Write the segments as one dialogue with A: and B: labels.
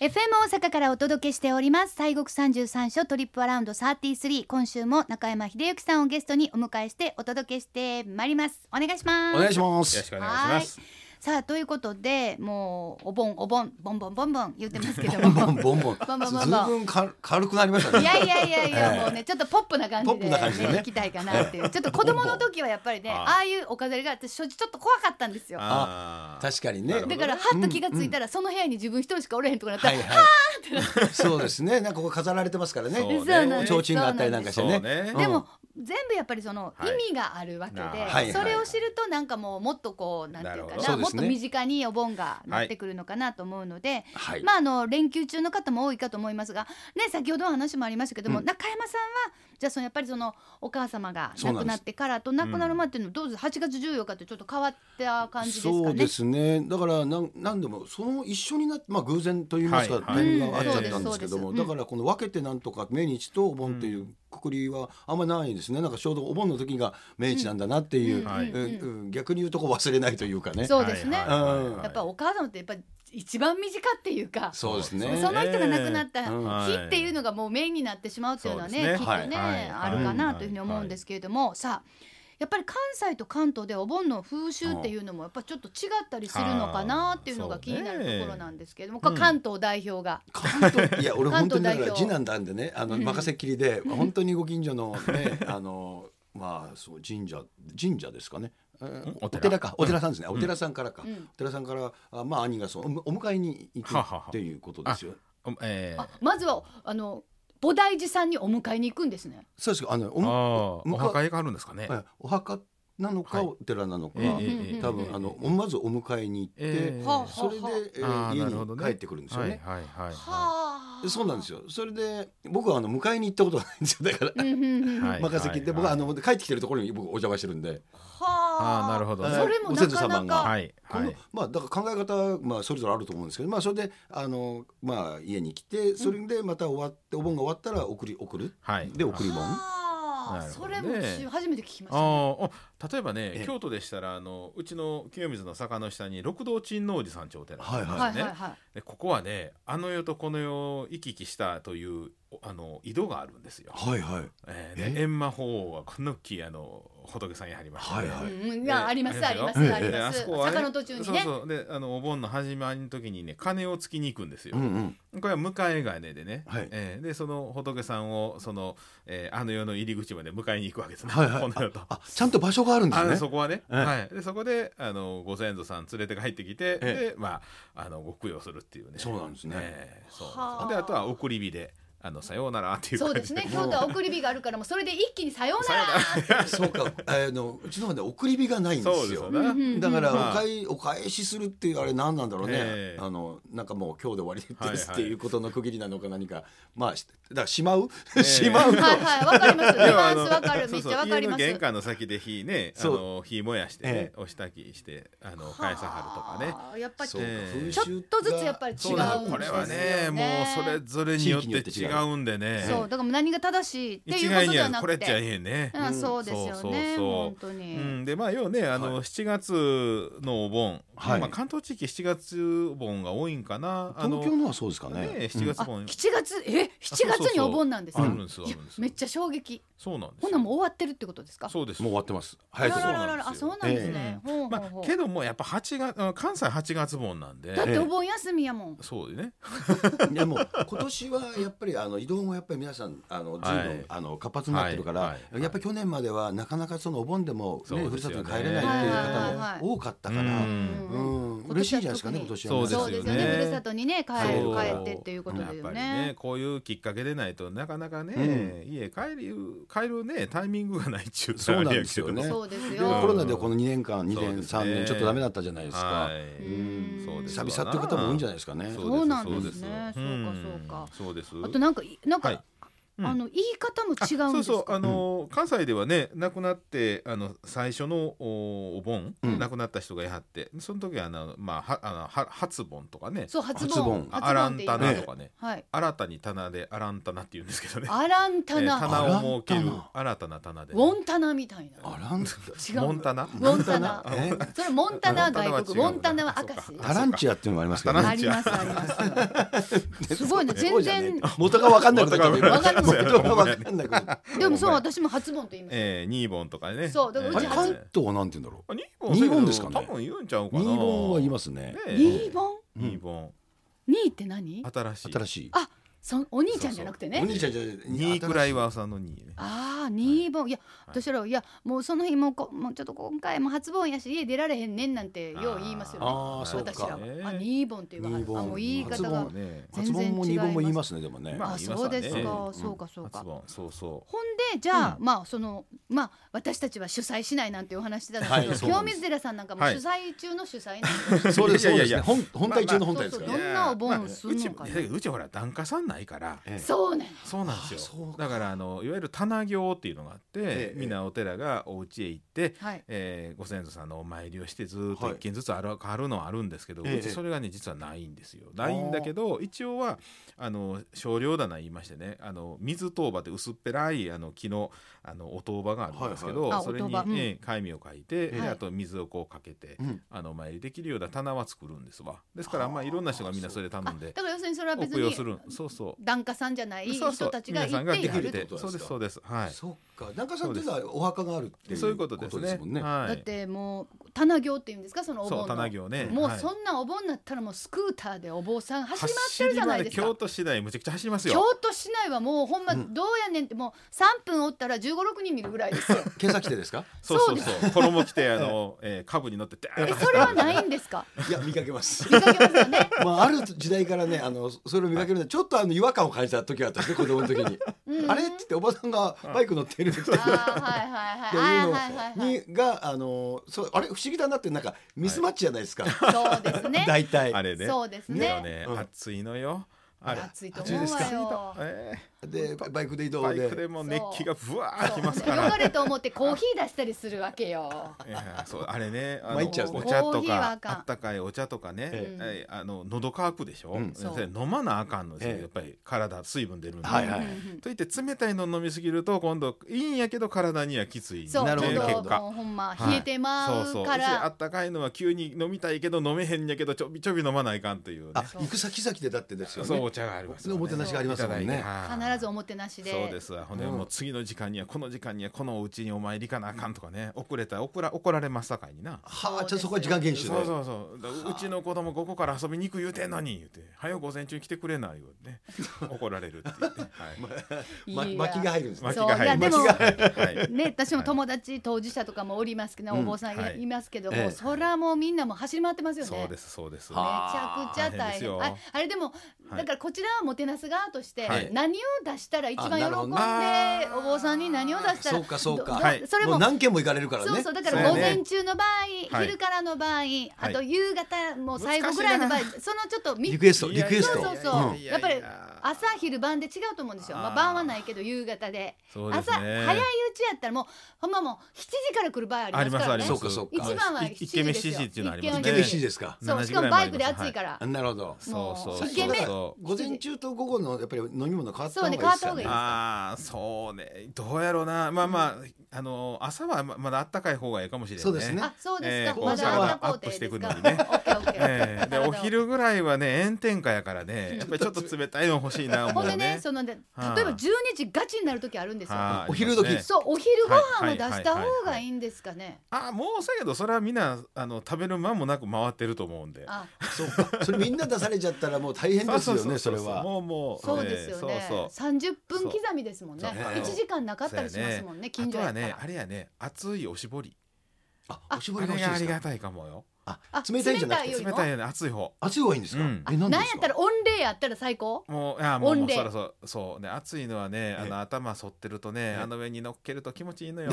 A: FM 大阪からお届けしております西国三十三所トリップアラウンド33今週も中山秀幸さんをゲストにお迎えしてお届けしてまいりますお願いします
B: お願いしま
C: よろ
B: す
C: しくお願いします。
A: さあということでもうお盆お盆ボンボンボンボン言ってます けど
B: ボンボン
A: も
B: ボンボ
A: ボンボ
B: ン
A: ンボンボン
B: ずいぶんか軽くなりました
A: い
B: ね
A: やいやいやいや、
B: ええ
A: もうねちょっとポップな感じ
B: ポッ
A: で、
B: プな感じでね
A: ね行きたいかなって いうちょっと子供の時はやっぱりね
C: ボンボン
A: ああいうお飾りが私正直ちょっと怖かったんですよだ
C: あー
B: 確かにね
C: なるほど
A: からはっと気がついたら、その部屋に自分一人しかおれへんとかなったら、
B: はいはいそうですねなんかここ飾らられてますからね
C: そうね
A: そうなんです
B: 提灯があったりなんかしてね
C: そうね
B: うん
A: でも全部やっぱりその
C: はい
A: 意味があるわけで、
C: あーはい
A: それを知るとなんかもうもっとこうなんていうか
C: なるほど
A: な
B: そうで
A: もっ
B: す
A: と
B: ね
A: 身近にお盆がなってくるのかなと思うので、
B: はい
A: まああの連休中の方も多いかと思いますが、ね先ほどの話もありましたけども、中山さんはじゃあそのやっぱりそのお母様が
B: そう
A: 亡
B: なん
A: く
B: で
A: な
B: す
A: ってからと亡くなるまでっていうのどうです8月14日ってちょっと変わった感じですかね。
B: そうですねだからなん何でもその一緒になって、まあ、偶然と言いますか、
C: はいはい
B: タイミングが合っちゃった
A: うんそ
B: んで
A: う
B: す
A: で
B: け
A: す
B: ども、
A: そうです
B: だからこの分けてなんとか命日とお盆というくくりはあんまないですねなんかちょうどお盆の時が命日なんだなってい
A: う
B: う、
A: ん
C: はい
B: うんうん逆に言うとこ忘れないというかね。
A: そうですね
C: はいはいはい
A: やっぱお母様ってやっぱ一番身近っていうか。
B: そうですね
C: そう
A: その人が亡くなった
B: うん
A: 日っていうのがもうメインになってしまうっていうのは
C: そう
A: ね
C: です
A: きっ
C: ね
A: とね、
B: はい
C: はい
A: あるかなというふうに思うんですけれども、さあやっぱり関西と関東でお盆の風習っていうのもやっぱちょっと違ったりするのかなっていうのが気になるところなんですけれども、
C: そうね
A: これ関東代表が、
B: 関東いや俺
A: 関
B: 本当
A: 東
B: にだ
A: 代
B: から
A: 表
B: 次男なんでねあの
A: うん
B: 任せっきりで本当にご近所のねあのまあそう神社神社ですかねえーお
C: お寺
B: 寺かお寺さんですねお寺さんからか
A: うん
B: お寺さんからあまあ兄がそうおお迎えに行く
C: ははは
B: っていうことですよ
C: おえー
A: あまずはあの菩提寺さんにお迎えに行くんですね。
B: そうですかあのおむ
C: あ
B: 向こ
C: ー、お
B: う
C: 墓があるんですかね。
B: はいお墓なのか
C: はい
B: お寺なのか
C: えーえーえー
B: 多分あのまずお迎えに行って
C: えー
A: はあはあ
B: それでえ
C: あ
B: ー
C: ー
B: 家
C: なるほど
B: に
C: ね
B: 帰ってくるんですよね
C: はいはいはいは
A: はあ
B: でそうなんですよそれで僕はあの迎えに行ったことがないんですよだか
A: う
B: ら
A: んうんうん
C: い。はい
B: 任せきって僕はあ、
C: は
B: の帰ってきてるところに僕お邪魔してるんで
A: は
C: ああー、なるほどね。
A: それもなかなか
B: は
C: はい
B: こ
C: は
B: の
C: い。
B: まあだから考え方まあそれぞれあると思うんですけどまあそれであのまあ家に来てそれでまた終わってお盆が終わったら送り送る
C: はい。
B: で送り盆
A: はあ
C: なる
A: そ
C: ほど
A: れ
C: ね
A: もし初めて聞きました、ね。
C: ああ例えば
B: え
C: ね
B: え
C: 京都でしたらあのうちの清水の坂の下に六道珍王寺さんちお寺
B: はいはい
A: は
C: ないんです
A: は
C: ね
A: いはい。
C: でここはねあの世とこの世を行き来したというおあの井戸があるんですよ。
B: はいはい
C: えー、で閻魔法王はこのきあの仏さんに入りましたね、
B: はいはい
A: うんうん、い
C: で
A: やありますあります
B: ええ
A: あり
C: で
A: ます。
C: そこはね
A: 坂の途中にね。
C: そうそうであのお盆の始まりの時にね鐘をつきに行くんですよ、
B: うんうん
C: これは迎え金でね、
B: はい
C: えーでその仏さんをその、えーあの世の入り口まで迎えに行くわけですね、
B: はいはい
C: この世と。
B: あちゃんと場所があるんで
C: あ
B: すね
C: そこはね、
B: ええ
C: はい、でそこであのご先祖さん連れて帰ってきて、
B: え
C: でまああのご供養するっていうね
B: そうなんですね
C: ええそう
A: はあ
C: であとは送り火であのさようならっていう
A: そう
C: 感
A: です
C: じ
A: ね。京都は送り火があるからもうそれで一気にさようなら。
B: そうかあのうちの方で送り火がないんで
C: そう
B: す
C: です
B: よ
C: よね、
A: うんうん
B: だから
C: ま
B: お
C: あ
B: 返お返しするっていうあれ何なんだろうね
C: ええ
B: あのなんかもう今日で終わりですっ
C: はい
B: て
C: はい
B: いうことの区切りなのか何かまあしだからしまう
C: え
B: しまう
A: はい
B: と
A: はいわかります。ニュ
C: も
A: アン
C: あ
A: ス
C: の
A: わかるめ
C: そう
A: っ
C: そ
A: ち
C: う
A: ゃわかりま
C: 家の玄
A: す。
C: 関の先で火ねあ
B: そう
C: の火燃やしてね、
B: え
C: おしたきしてあの返さはるとかね
A: はあ。やっぱりち
B: そ
A: ょ
B: うか
C: え
B: 風
C: え
A: ちょ
B: 習
A: っとずつやっぱり違うんです
C: そう
A: よ
C: な
A: ね。
C: のこれはねもうそれぞれによって違うんでね
A: そうだからもう何が正しいって
C: 一
A: いうこ
C: 概
A: と
C: に
A: じゃ
C: は
A: な
C: こ
A: く
C: れじゃ
A: て。
C: 言えんね、
A: うん、そうですよね。
C: そうそうそう
A: 本当に。
C: うん、でまあ要はねあの、
B: は
C: 7月のお盆、
B: はい
C: まあ、関東地域7月お盆が多いんかなあの
B: 東京のはそうですかね
C: ね7月
A: あ、
C: お盆
A: 7月え、7月にお盆なんです
C: あ
A: ね。
C: るんですよあ
A: いや
C: るんですよ
A: めっちゃ衝撃。
C: そうなんです
A: ほ
C: よ
A: んなんもう終わってるってことですか。
C: そうです
B: もう終わってます
A: あ
B: 早い
A: ら
B: とこ
A: ら
B: ろ
A: らららあ、そうなんですね。ほうほう
C: ま
A: ほ
C: あ
A: う
C: けどもやっぱ8月あの関西8月盆なんで
A: だっ
B: え
A: て
B: え
A: お盆休みやもん。
C: そうでね
B: いやもう今年はやっぱりあの移動もやっぱり皆さんあの随分、
C: はい
B: あの活発になってるから、
C: はいはい
B: やっぱり去年まではなかなかそのお盆でも
C: そう
B: ね、
C: ですよね
B: ふるさとに帰れないっていう
A: はいはいは
B: 方
A: い
B: も多かった
C: だ
B: から、
C: う
B: うん
C: ん
B: 嬉しいんじゃないですかね
A: 今
B: 今
A: 年
B: 年
C: は
B: は、
C: ね
A: そうですよね。
C: そうですよね
A: ふるさとにね帰
C: そう
A: る帰ってっていうこと
C: や
A: だ
C: っ
A: よ
C: ぱり
A: ね
C: ね。こういうきっかけでないとなかなかね、
B: う
C: 家帰る帰るねタイミングがないっちゅう
B: そうなんですよね
A: そうです
B: で
A: よ。
B: コロナでこの2年間2
C: そう
B: 年、
C: ですね
B: 3年ちょっとダメだったじゃないですか、
C: は
A: う
C: い
A: ん
C: そうです
B: 久々っていう方も多いんじゃないですかね
C: そうです
A: そうなんですね
C: そ
A: そうう
C: で
A: か
C: す
A: そうか
C: そうです
A: あとなんかいなん
C: はい
A: か
C: うん
A: あの言い方も違うん
C: そ
A: で
C: う
A: すか。
C: そうあのー関西ではね亡くなってあの最初のおお盆、
B: うん
C: 亡くなった人がやはってその時はあのまあはあのは初盆とかね
A: そう初
B: 初
A: 盆
B: 盆。
C: あアラ
A: って
C: ン
A: 言い
C: タ
A: ま
C: ナ
A: す
C: とかね
A: はい。
C: 新たに棚でアランタナって言うんですけどね
A: アランタ
C: えー
A: ナ、
C: 棚を設ける
B: アラン
C: 新たな棚で
A: ウォンタナみたいな。
B: あらん
A: 違う。
C: モンタナ
A: ウォンタナ。
B: え
A: それモンタナは外国、ウ
C: モ
A: ォ
C: ン
A: ン
C: タ
A: タ
C: ナ
A: ナ
C: は
A: は
C: 違う
A: 明石。
B: タランチアっていうのもありますけど
C: タラ
A: あ
C: ン
A: り
C: チア
A: ますありま す。すごいね全然。
B: 元が分かんなくなっちゃう
C: 元が
A: 分かんなくなっちゃ
B: 元
C: う
B: が分かんなくなっちゃう
A: でもそう私も初盆と言いまし
C: えー、ニーボンとかね
A: そうだからう
B: あ
A: ち
B: れ
C: えー
A: 初
B: 関東はなんて言うんだろ
C: あニ
B: ニー
C: ーボ
B: ボ
C: ン
B: ン
C: で
B: ですす
C: か
B: か
C: ね
B: ね
C: 多分言うんちゃうか
B: う
C: な
B: ニーボンは言いますすね
A: た。ニーボン？
B: うん
C: ニーボン
A: ニーって何？
C: 新しい
B: 新しい
A: あそお兄ちゃんじゃなくて
B: お
A: ね。
B: 兄ちゃんじゃ
C: ニーくらいはさんのニーね
A: ああニーボンいや私らはいやもうその日もこもうちょっと今回も初盆やし家出られへんねんなんてよう言いますよね。
B: あーそうか
A: 私らは
C: ね
A: あニーボンって言わは
B: ニーボ
A: る。
B: ン
A: あもう言い方
B: 初
A: が
B: 盆。
C: ね
B: 発音も
A: 全然違い
B: 二
A: ます
B: 本も言いますねでもね
C: まあ
A: あ
C: 言いま
A: そ
C: す
A: う
C: わね
A: ですか、
B: うん
A: そうかそうか
C: 初。盆そうそ
A: ほんでじゃあ、
C: うん
A: まあそのまあ私たちは主催しないなんていうお話だったんですけど、
B: はいそうなんで
A: 清
B: す
A: 水寺さんなんかも
C: はい
A: 主催中の主催なんで、
B: そうです
C: い
B: そう
C: やい
B: で
C: やい
B: すね
C: や
B: 本本体中の本体
A: まあ
B: で
A: そ
B: す
A: う
B: か
A: そう
B: らね
A: どんなお盆すん
C: うち
A: のかな。
C: うちほら檀家さんないから
B: ええ
A: そうね。
C: そうなんです
B: あそう
C: よ
B: か
C: だからあのいわゆる棚行っていうのがあって、
B: ええ
C: みんなお寺がお家へ行って、
A: はい。
C: えーご先祖さんのお参りをしてずーっと
B: はい
C: 一軒ずつある変わるのはあるんですけど、
B: ええ
C: うちそれがね実はないんですよ。ないんだけど一応はあの少量棚言いましてねあの水当場って薄っぺらいあの木のあのお当場があるんですけど、
A: はいはい
C: それに
A: あお塔場うん
C: ええ貝を書いて、
A: はい
C: であと水をこうかけて。
B: うん
C: あのお参りできるような棚は作るんですわ。ですからまあ
B: はあ
C: いろんな人がみんなそれ頼
A: あ
C: んで
A: だから要するにそれは
C: お
A: 別
C: 供養
A: に
C: するそうそう
A: 檀家さんじゃない人たちが行って
C: 皆
A: や
C: さんが
A: る
C: で
A: っ
C: き
A: て
C: るっ
B: や
A: こ
C: て
B: る
A: と
B: と
C: そうですそうですはい
B: そっか檀家さんっていうのはお墓があるっていう
C: そういうことですね
B: もんね
C: はい、
A: だってもう棚行って言うんですかそのお
C: そう
A: 盆
C: 棚
A: の。
C: 行ね
A: もう
C: はい
A: そんなお盆になったらもうスクーターでお坊さん走り回ってるじゃないです
C: 走り回る京
A: か。
C: 都市内むちゃくちゃ走ります
A: 京
C: よ
A: 都市内はもうほんま
B: うん
A: どうやねんってもう3分おったら15、6人見るぐらいですよ。
B: 今朝来てです か
C: そうそうそう衣着て あの、えー、株に乗ってて
A: えそれはないんですか。
B: いや見かけます
A: 見かけますよね。
B: まあある時代からねあのそれを見かけるのでちょっとあの違和感を感じた時があったんですね子供の時に
A: うん
B: あれっつっておばさんがバイク乗ってるって
A: あーはい
B: って
A: はい
B: い
A: はい。
B: うの
A: あーはいはいはい。
B: にがあのそうあれ不思議だなってなんかミスマッチじゃないですか、
A: そうですね。
B: 大体
C: あれね
A: そうです
C: でも
A: ね。
C: ね
B: うん
C: 暑いのよあれ
A: 暑いと思う
B: 暑いで
A: わ
B: す
A: よ。
C: え
B: でバイクで移
C: ー
B: 動
C: バイ
B: で
C: クでもう熱気がぶわーきますか
A: よ
C: ら
A: かれと思ってコーヒー出したりするわけよ。
C: いやそうあれねあの
B: 参っちゃうね
C: お茶
A: コー
C: と
A: ヒーはあ
C: か
A: かん
C: あったかいお茶とか
B: え
C: ね、
A: え
C: えーあの喉乾くでしょ、
B: うん
C: そ
A: そ
C: れ
A: う
C: 飲まなあかんのですよ、
B: ええ
C: やっぱり体水分出るんで、
B: はいはい
A: うんうん
C: といって冷たいの飲みすぎると今度いいんやけど体にはきつい
A: そう、
B: なる
A: ちょ
B: ほ
A: っ
B: ど
A: と
C: 結果
A: もうほんま冷えてま
C: そうそうう
A: か
C: あ
A: ら。
C: ったかいのは急に飲みたいけど飲めへんやけどちょびちょび飲まないかんという、ね
B: あ、行く先々でだってですよ
C: そう
B: ね
C: お茶がありますよ
B: おもてなしがありますもんね
C: いただいてはい
A: 必ずおもてなし
C: そうで
A: で。
C: すわほんで、
B: うん
C: もう次の時間にはこの時間にはこのお家にお参り行かなあかんとかね遅れたら怒ら怒られますさかいにな
B: はあじゃあそこは時間厳守
C: そ
B: で
C: うそうそうだうちの子供ここから遊びに行く言うてんのに言うて「早う午前中に来てくれない」言うてね 怒られるって言って、はい
A: いい
B: ま
A: わ
B: 巻きが入るんですね
C: 巻きが入る
A: そういや
C: はい
A: ね、私も友達当事者とかもおりますけど、
B: うん
A: お坊さん
C: はいい
A: いますけど
B: え
A: も、
B: え
A: そらもうみんなもう走り回ってますよね。。
C: そうですすそうです
A: めち
B: は
A: ゃくちゃ
C: あー
A: 大
C: 大変です
A: 変。
C: よ
A: ああれでも、
C: い
A: だからこちらはもてなす側として
C: はい、
A: 何を出したら一番
B: あなる
A: 喜
B: ほ
A: ん
B: ど
A: で
B: ね、
A: お坊さんに何を出したら。
B: そうかそうか
A: どど
C: はい
A: それ
B: も
A: も
B: う。何件も行かれるからね
A: そうそうだから
C: そう
A: 午
C: ね
A: 前中の場合、
C: はい
A: 昼からの場合、あと夕方もう最後ぐらいの場合、そのちょっとみ
B: リクエストリクエスト
A: そうそうそう
B: うん
A: やっぱり朝昼晩で違うと思うんですよまあ、
C: あー
A: 晩はないけど夕方で
C: そうです
A: 朝
C: ね
A: 早いうちやったらもうほんまもう7時から来る場合あ
C: あ
A: り
C: り
A: ま
C: ますす
A: か
C: あ
A: ら
C: り
A: ね
C: ます
B: そうかそうか
A: 一番は
C: い
A: 7
C: 一
A: 時で
C: 軒目
A: すよ
C: 7時っていうのありますね
B: イケメン C ですか
A: そう
C: 7
A: し
C: 時
A: か
C: ぐら
A: も
C: いま
A: バ
C: で
A: イクで暑いから
B: あなるほど
C: そうそうそう
A: 一軒目
C: そう
B: 午前中と午後のやっぱり飲み物変わった方が
A: そうね
B: いいですよ
A: 変わった方がいい
B: ね
C: ああそうねどうやろうなまあまあ、あの朝はままだあったかい方がいいかもしれない、ね、
B: そうですね
A: あそうで
C: え
A: すか、
C: ーこ
B: う
A: まだあった工
C: 朝はアッ
A: 程
C: プし
A: で
C: て
A: す
C: く
A: か
C: のにね
A: オッケーオッケー
C: ええで
A: 体を
C: お昼ぐらいはね炎天下やからねやっぱりちょっと冷たいの欲しいな
A: ほ
C: 思
A: ん
C: う
A: でね
C: ね。
A: そのね
C: はい
A: 例えば12時ガチになる時あるんですよ
C: はい
B: お昼時
C: ありますね
A: そうお昼ご飯
C: は
A: を
C: い
A: 出した方がいいんですかね
C: あもうさけどそれはみんなあの食べる間もなく回ってると思うんで。
A: あ
B: そうかそれみんな出されちゃったらもう大変ですよねそれは
C: もうもう
A: そうですよ
C: ええ
A: ね
C: そうそう。
A: 三十分刻みですもんね
B: そう
C: そう
A: 一時間なかったりしますもんね近
C: あ
A: 所
C: と
A: や
C: は
A: ったら
C: ねあれやね熱いおしぼり
B: あおしぼ
C: あ
B: りが
C: れ
B: 欲しいです
C: があり
B: か
C: がたいかもよ。
A: あ
B: 冷たいんじゃなくて
A: 冷たいより
C: 冷
A: も
C: たいよね熱い方。
B: 熱い方がいいんですか、
C: うん
A: あ
B: え
A: なん
B: で
A: や
B: です
A: った
B: か
A: ら御礼やったら最高
C: もうあもう
A: 温
C: もう
A: 冷
C: そろそろそうね熱いのはねあ
B: ええ
C: の頭反ってるとね
B: ええ
C: あの上に乗っけると気持ちい いのよ。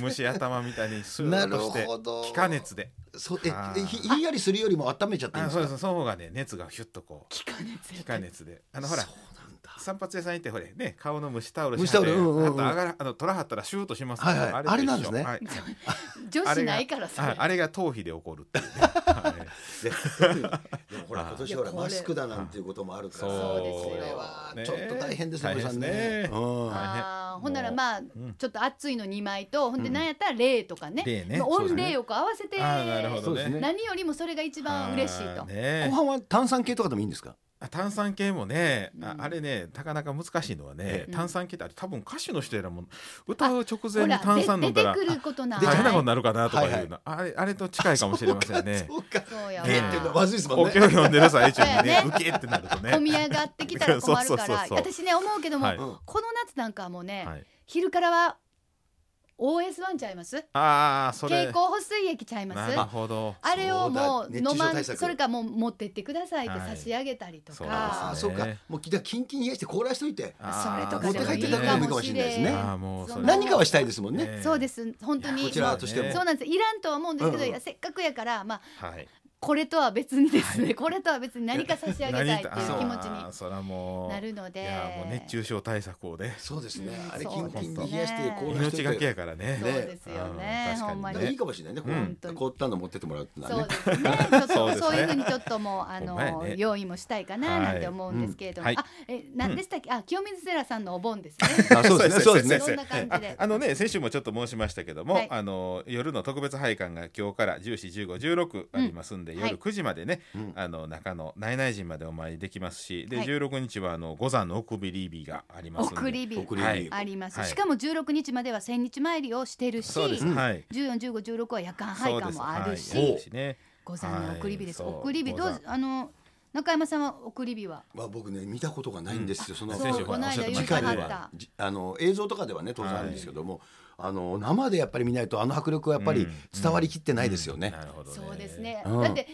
C: 蒸し頭みたいにスー
B: な
C: ッ
B: る
C: として
B: ほど
C: 気化熱で。
B: そうえ
C: あ
B: え
C: ー
B: ひひんやりするよりも温めちゃっていいん
C: あ
B: です
C: そ
B: か
C: うそうその方がね熱がヒュッとこう
A: 気化熱
C: 気化熱であのほら
B: そうなんだだ
C: 散髪屋さん行ってほれね顔の蒸しタオルし
B: 蒸しタオルうんうんうん
C: あと上がらあのトラはったらシューとしますけど、
B: はいはい
C: と一緒
B: あれなんですね
C: はい
A: 女
C: あれ
A: 子
C: が
A: ないからそ
C: はい
A: れ
C: あれが頭皮で起こるっていうね、 はい
B: で特 にでもほら
C: はい
B: 今年
A: い
B: ほ
A: や
B: ら
A: これ
B: マスクだなんていうこともあるから
A: そうですよ
B: これはちょっと大変ですね
C: ね
B: 森さんね
C: 大変ですね
B: うん
C: はい
A: あ
C: も
A: ー
C: う
A: ほんならまあ
C: ん
A: ちょっと暑いの2枚とほんで何やったら霊とかね
C: 霊ね
A: まあ
C: そうです
A: 温
C: ね
A: 霊をこう合わせて
C: あーなるほ
B: そう
C: ど
B: です
C: ね
B: ね
A: 何よりもそれが一番嬉しい
C: あ
A: と
C: ー。ね
B: 後半は炭酸系とかでもいいんですか
C: あ炭酸系もね、あ
A: うん
C: あれねなかなか難しいのはね、
A: うん
C: 炭酸系ってあれ多分歌手の人やらも歌う直前に炭酸飲
A: で
C: んだら
A: 出てくることな
C: あ
A: い。
B: 出て
C: 大
B: く
C: 変
B: る
C: なことになるかなとかいう
B: は
C: の、
B: い
C: あれあれと近いかもしれませんね。
B: そうか
A: そうや
C: ね
A: わ
C: っていうの
B: まずいです
C: お経を読んでる最中に ね
A: そうやね
C: ウケってなるとね。
A: 混み上がってきたら困るか
C: そうそう
A: ら
C: そうそう
A: 私ね思うけども、
C: はい
B: うん
A: この夏なんかはもうね、
C: はい、
A: 昼からは OS1 ちゃいます
C: ああそ
A: 蛍
C: れ
A: 光補水液ちゃいま
C: な
A: す
C: るほど。
A: あれをもう
B: そうだ
A: 飲ま
B: 熱中症
A: ん
B: 対策
A: それかもう持ってってくださいって
C: は
A: 差
C: い
A: し上げたりとか、
C: そうですね
B: ああそうかもうきだキンキンに冷やして凍らしといて
C: あー
A: それとかでもいい
C: 持って帰って
A: か
C: たらいい
A: もしれん
B: ね
C: ああもうそれ
B: 何かはしたいですもんね
C: ね
A: そうです本当に
B: こちらとしても
A: まあそうなんですいらんとは思うんですけど、
B: うんうん
A: いやせっかくやからまあ
C: はい。
A: これとは別にですね、これとは別に何か差し上げたいっていう気持ち
C: あー
A: に
C: それはもう
A: なるので
C: いやもう熱中症対策をね
B: そうですね
A: うん
B: あれ
A: そう
B: キンキンに冷やし
A: で
B: て
A: すね
B: 凍らしと
C: 命
B: い
C: が
B: て
C: けやからね。
A: そうですよね
C: うん
A: ほんま
B: だ
A: に
B: からいいかもしれないねこう
C: 本
A: 当に
B: 凍ったの持ってってもらうってのは
A: そう
B: ね
A: ですね。ちょっ
C: そう
A: と
C: ですね
A: そういうふうにちょっともうあ
C: ほんまや
A: の
C: ね
A: 用意もしたいかななんて思うんですけれども、
C: はいうん
A: あえ何でしたっけ、あ清水セラさんのお盆ですね。
B: あそうですねそうですね
A: そんな感じで
C: ああ のね先週もちょっと申しましたけども、
A: はい
C: あの夜の特別拝観が今日から141516ありますんで、
A: うんはい
C: 夜9時までね、
B: うん
C: あの中野内々陣までお参りできますしで、
A: はい
C: 16日はあの五山の奥ビリービーがありますんで
A: 送り火
B: 送り火
C: はい
A: あります、
C: はい
A: しかも16日までは千日参りをしてるし
C: そうです、
B: うん
C: はい
A: 14、15、16は夜間配
C: そう
A: 管
C: です
A: もあるし、
C: はいあるしね
A: 五山の送り火です、
C: はい
A: 送り火
C: そう
A: ど
C: 五
A: う
C: 山
A: あの中山さんは送り火は
B: まあ僕ね見たことがないんですよその
A: そうこの間言うては
C: 直
A: っ
C: で
A: た
B: じあの映像とかではね当然あるんですけども、あの生でやっぱり見ないとあの迫力はやっぱり伝わりきってないですよね。
C: なるほどね
A: そうですね、
B: うん
A: だって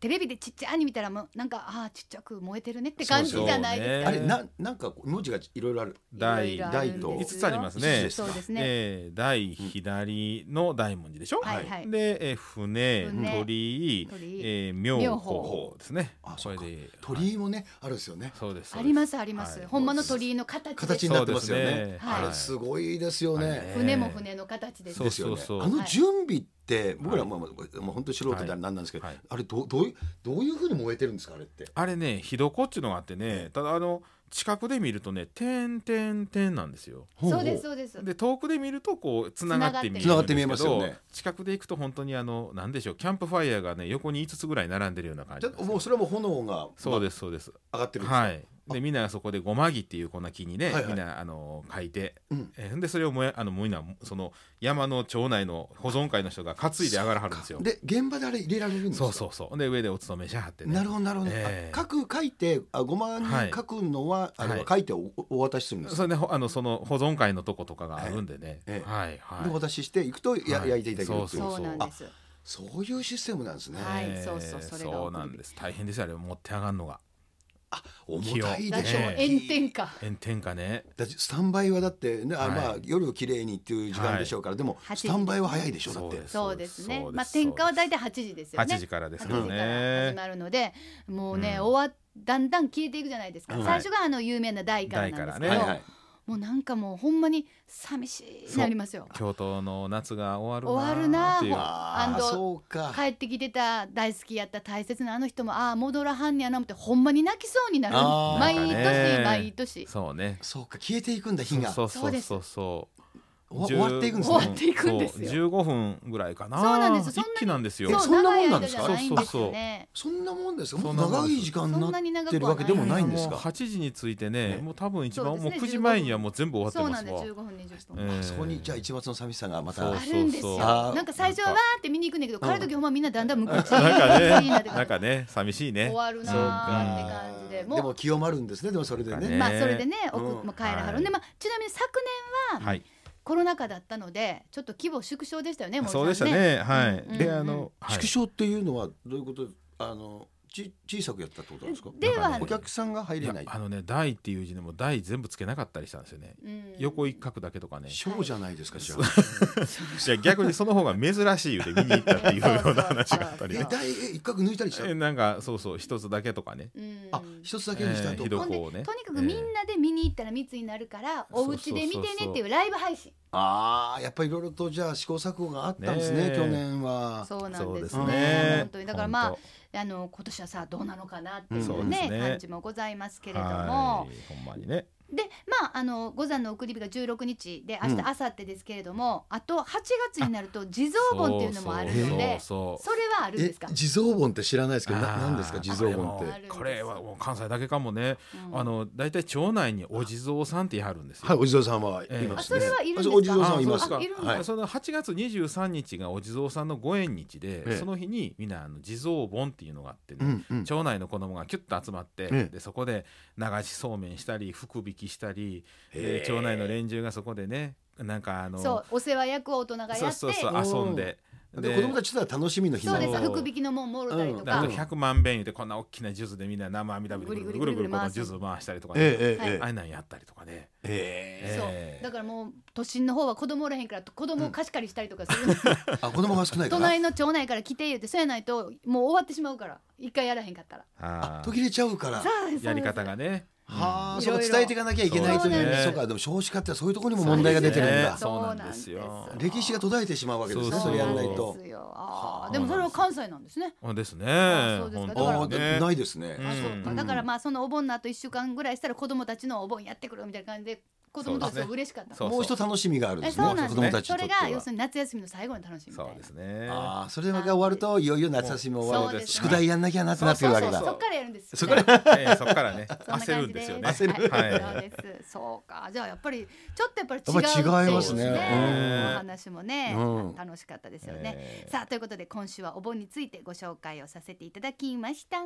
A: テレビでちっちゃいに見たらもうなんかああちっちゃく燃えてるねって感じじゃないですか
C: うん
B: あれななんかこう文字がいろいろある。
C: 大
A: いろいろあるん
B: 大と
A: ですよ
C: 五つありますね
A: そうですね。
C: えー、大左の大文字でしょ、
A: はいはい
C: で、えー、船
A: 船
C: 鳥居、
A: 鳥居
C: えー、妙
A: 妙
C: 法
A: 法
C: ですね
B: あ
C: こ
B: そう
C: れ
B: か
C: で
B: 鳥居もねあるんですよね。
C: そうです
A: ありますすあります、
C: はい
A: ほんまの鳥居の形です
B: 形になってますよね。
C: そうですね
A: はい
B: あれすごいですよね。
C: はいね
A: 船も船の形です
C: そう
B: ですよね
C: そうそう
B: あの準備って僕らももうもう本当素人で
C: は
B: あれ
C: い
B: なんなんですけど、
C: はい
B: あれどうどういうどういう風に燃えてるんですかあれって。
C: あれねひどこっちゅうのがあってねただあの近くで見るとね点点点なんですよ
A: そうですそうです
C: で遠くで見るとこうつながって見えるんですけ
B: 繋
C: ど
B: がって見えますよね
C: 近くで行くと本当にあのなんでしょうキャンプファイヤーがね横に5つぐらい並んでるような
B: じ
C: 感じ
B: ゃ
C: なんですよ
B: もうそれはもう炎が、
C: そうですそうです
B: まあ上がってるんですか。
C: はいでみんなそこでごまぎっていうこんな木にね、
B: はいはい
C: みんなあの書いて、
B: うん
C: えーでそれをもやあのもうみんなその山の町内の保存会の人が担いで上がらはるんですよ。
B: で現場であれ入れられるんですか。
C: そうそうそうで上でお勤めしはってね。
B: なるほどなるほど、
C: ええ
B: あ書く書いてあごまに
C: はい
B: 書くのは、あれは
C: はい
B: 書いておお渡しするんですか、
C: それでほあのその保存会のとことかがあるんでね。
B: ええ
C: はいはい。
B: でお渡ししていくとや、
C: はい
B: 焼いていただけるっていう
C: そ
A: そううなんです
B: そういうシステムなんですね、
A: はい
C: ええ
A: そうそうそれが
C: そうなんです大変ですよあれ持って上がるのが
B: 重たい
C: 気を
A: だ
B: で
A: って
B: しょ
A: もう
C: ねえ
A: 炎天下
C: 炎天下ね
B: だってスタンバイはだって、ねあ
C: はい
B: まあ、夜をきれいにっていう時間でしょうから、でも
A: 8時
B: スタンバイは早いでしょだって
C: そうです
A: そうですね
C: そうです
A: まあ天下は大体8時ですよね
C: 8時からです
A: 8
C: よ
A: 時から始
C: ね。
A: まるのでもうね、
C: うん
A: 終わだんだん消えていくじゃないですか、
B: はい
A: 最初があの有名な台からなんですけど、
C: 台からね
B: はい
A: もうなんかもうほんまに寂しいなりますよ
C: 京都の夏が終わるな
A: 終わるな
C: ーっていう
A: ほ
B: あ
A: あ
B: あ
A: の
B: そうか、
A: 帰ってきてた大好きやった大切なあの人もああ戻らはんねやな思ってほんまに泣きそうになる
B: あー
A: 毎
C: なんか
A: 年
C: ね
A: 毎年
C: そうね。
B: そうか消えていくんだ火が
C: そう
A: そ
C: そうう
A: で
C: そう
A: す
C: そうそう。
B: お終わっていくんです
A: 終わ
B: ね
A: っていくんですよ
C: 十五分ぐらいかな。
A: そうなんですそんなに
C: 一気なんですよ。
A: そう
B: そんなもんなんですか
A: 長い間じゃないんですよね
B: そんなもんですかも
C: そ
B: うん
C: なもん
B: 長い時間に
A: そん
B: な
A: な
B: っ
A: に長
B: て
A: く
B: る
A: は
B: わ
A: な
B: け
A: い
B: でもないんです
C: もう
B: か
C: 八時に着いてね、
B: ね
C: もう多分一
A: そう
C: 番、
A: です
C: もう
A: ね
C: 九時前にはもう全部終わって
A: そう
C: ま
A: な
C: す
A: ん
C: わ。
A: です15分20分、
C: ええ
B: そこにじゃあ一末の寂しさがまた
C: そう
A: あるんですよ
B: あー
A: なんか最初はわーって見に行くんだけど
B: うん
A: 帰る時ほんまみんなだんだん無口に
C: なんか
A: 無口になっ
C: ね
A: て、くる
C: なんかね、寂しいね。
A: 終わるなーって感じで
B: で
A: もう
B: も清まるんですねでもそれで
C: そうか
B: ね
C: ね
A: まあそれでね
B: う
A: 送
B: ん
A: っもう帰らはるんで、
C: はい
A: まあ、ちなみに昨年は
C: はい。
A: コロナ禍だったのでちょっと規模縮小でしたよね森さん
C: そうでしたね。はい。
A: うん
C: で、
A: うん
C: あの、はい
B: 縮小っていうのはどういうことあのち小さくやったってことなんですか
A: では
B: お客さんが入
C: い
B: れ
C: や
B: ない
C: あのね「大」っていう字でも「大」全部つけなかったりしたんですよね、
A: うん
C: 横一角だけとかね
B: 小じゃないですかじゃあ
C: じゃあ逆にその方が珍しい言うて見に行ったっていうような話があったり
B: え
C: ね
A: そうそう
B: 大え一角抜いたりした
C: えなんかそうそう一つだけとかね
A: うん
B: あ一つだけにしたと
C: えーひど
A: ほ
C: い
A: んで
C: こうね
A: とにかくみんなで見に行ったら密になるから、
C: えー
A: お家で見てねっていうライブ配信
B: ああやっぱりいろいろとじゃあ試行錯誤があったんですね
C: ねえ
B: 去年は
A: そうなんです
B: そうです
A: ね
B: ね
A: 本当にだからま
C: 本
A: ああの今年はさどうなのかなっていう,、ね
B: うんそうです
C: ね
A: 感じもございますけれど
C: は
A: も
C: いほんまにね
A: でまああの五山の送り日が16日で明日
B: うん
A: 明後日ですけれども、あと8月になると地蔵盆っていうのもあるのでそ
C: そうそうそう
A: れはあるんですか、
B: 地蔵盆って知らないですけど
C: あ
B: な
C: ー
B: 何ですか地蔵盆っ
C: あ
B: て
C: で
A: あ
B: は
A: るん
B: い
A: です
C: これはもう関西だけかもね、
A: うん
C: あの大体町内にお地蔵さんってやるんですよ、
B: お地蔵さんはい
C: ええ
B: ま
A: あ
B: す
A: そ
B: ね
A: れはいるんです
B: あ
A: か
B: お地蔵さんはい
A: あ
B: ま
C: そ
B: す
C: う
A: い
C: で
A: るん
B: は
A: だ
B: い
C: その8月23日がお地蔵さんのご縁日で、
B: ええ
C: その日にみんなあの地蔵盆っていうのがあってね、
B: うんうん
C: 町内の子供がキュッと集まって、
B: ええ
C: でそこで流しそうめんしたり福引きしたり、
B: へ
C: で
B: え
C: 町内の連中がそこでねなんかあの
A: そうお世話役を大人がやって
C: そうそうそう遊んで
B: で子供たちとは楽しみの日
A: そう
B: な
A: で
B: の
A: す
C: そう
A: 福引きのもんもろたりと
C: であ
A: か、
C: と
B: うん
C: 100万遍言ってこんな大きな数珠でみんな生網食べてぐるぐるぐるぐるこの数珠回したりとかね、
B: えええ
C: あ
B: え
C: あいうなんやったりとかね。
B: ええ
A: そう
C: ええ
A: だからもう都心の方は子供おらへんから子供を貸し借りしたりとかする、
B: あ子供が少ない から
A: 隣の町内から来て言うてそうやないともう終わってしまうから一回やらへんかったら
B: あ
C: あー
B: 途切れちゃうから
C: やり方がね。
B: はあ、
A: うん
B: そうか
A: いろいろ
B: 伝えていかなきゃいけないと
A: そ
B: いう
A: うなん
B: ね
C: です
B: そうかでも少子化ってそういうところにも問題が出てるんだ、
A: そ
C: そうう
A: な
C: なんん
A: で
C: ですす
A: よ
C: よ。
B: 歴史が途絶えてしまうわけですね
C: そ
B: そうれやら
A: ん
B: ない
A: で
B: と
A: すよあ
C: は
A: ー
C: あ
A: でもそれは関西なんですね
C: あですね
A: あそう。ですか
C: 本
A: だから
B: あ
C: 当
B: あ
C: に
B: でない
C: ね。
B: ですね、
C: う
A: あ
C: ん
A: そうかだからまあそのお盆のあと1週間ぐらいしたら子供たちのお盆やってくるみたいな感じで子供たち
C: そうです
A: は
C: ね
A: 嬉しかった
C: そう
B: もう一楽しみがあるんですね
A: えそうなんです
B: 子供たち
A: そ
B: にと
A: れ
B: っては
A: が要するに夏休みの最後の楽しみみたい
C: そ
A: な
C: うですね。
B: ああそれが終わるといよいよ夏休みも終わ
A: そう
B: る、
A: です
B: 宿題やんなきゃなって
A: そう
B: なってく
A: そ
B: る
A: う
B: わ
A: そうそ
B: けだ
A: っからやるんです
B: そっか ら
C: ええそこからね
A: そんな
C: 焦
A: 感
C: る
A: じ
C: んですよね。
A: 焦 る
C: はい
A: そうです。そうか。じゃあやっぱりちょっとやっぱり違
B: やっぱ
A: う
B: り
A: って
B: 違
A: い
B: いうますね
C: うん
A: お話もね、
B: うん
A: 楽しかったですよね。
C: ええ
A: さあということで今週はお盆についてご紹介をさせていただきました。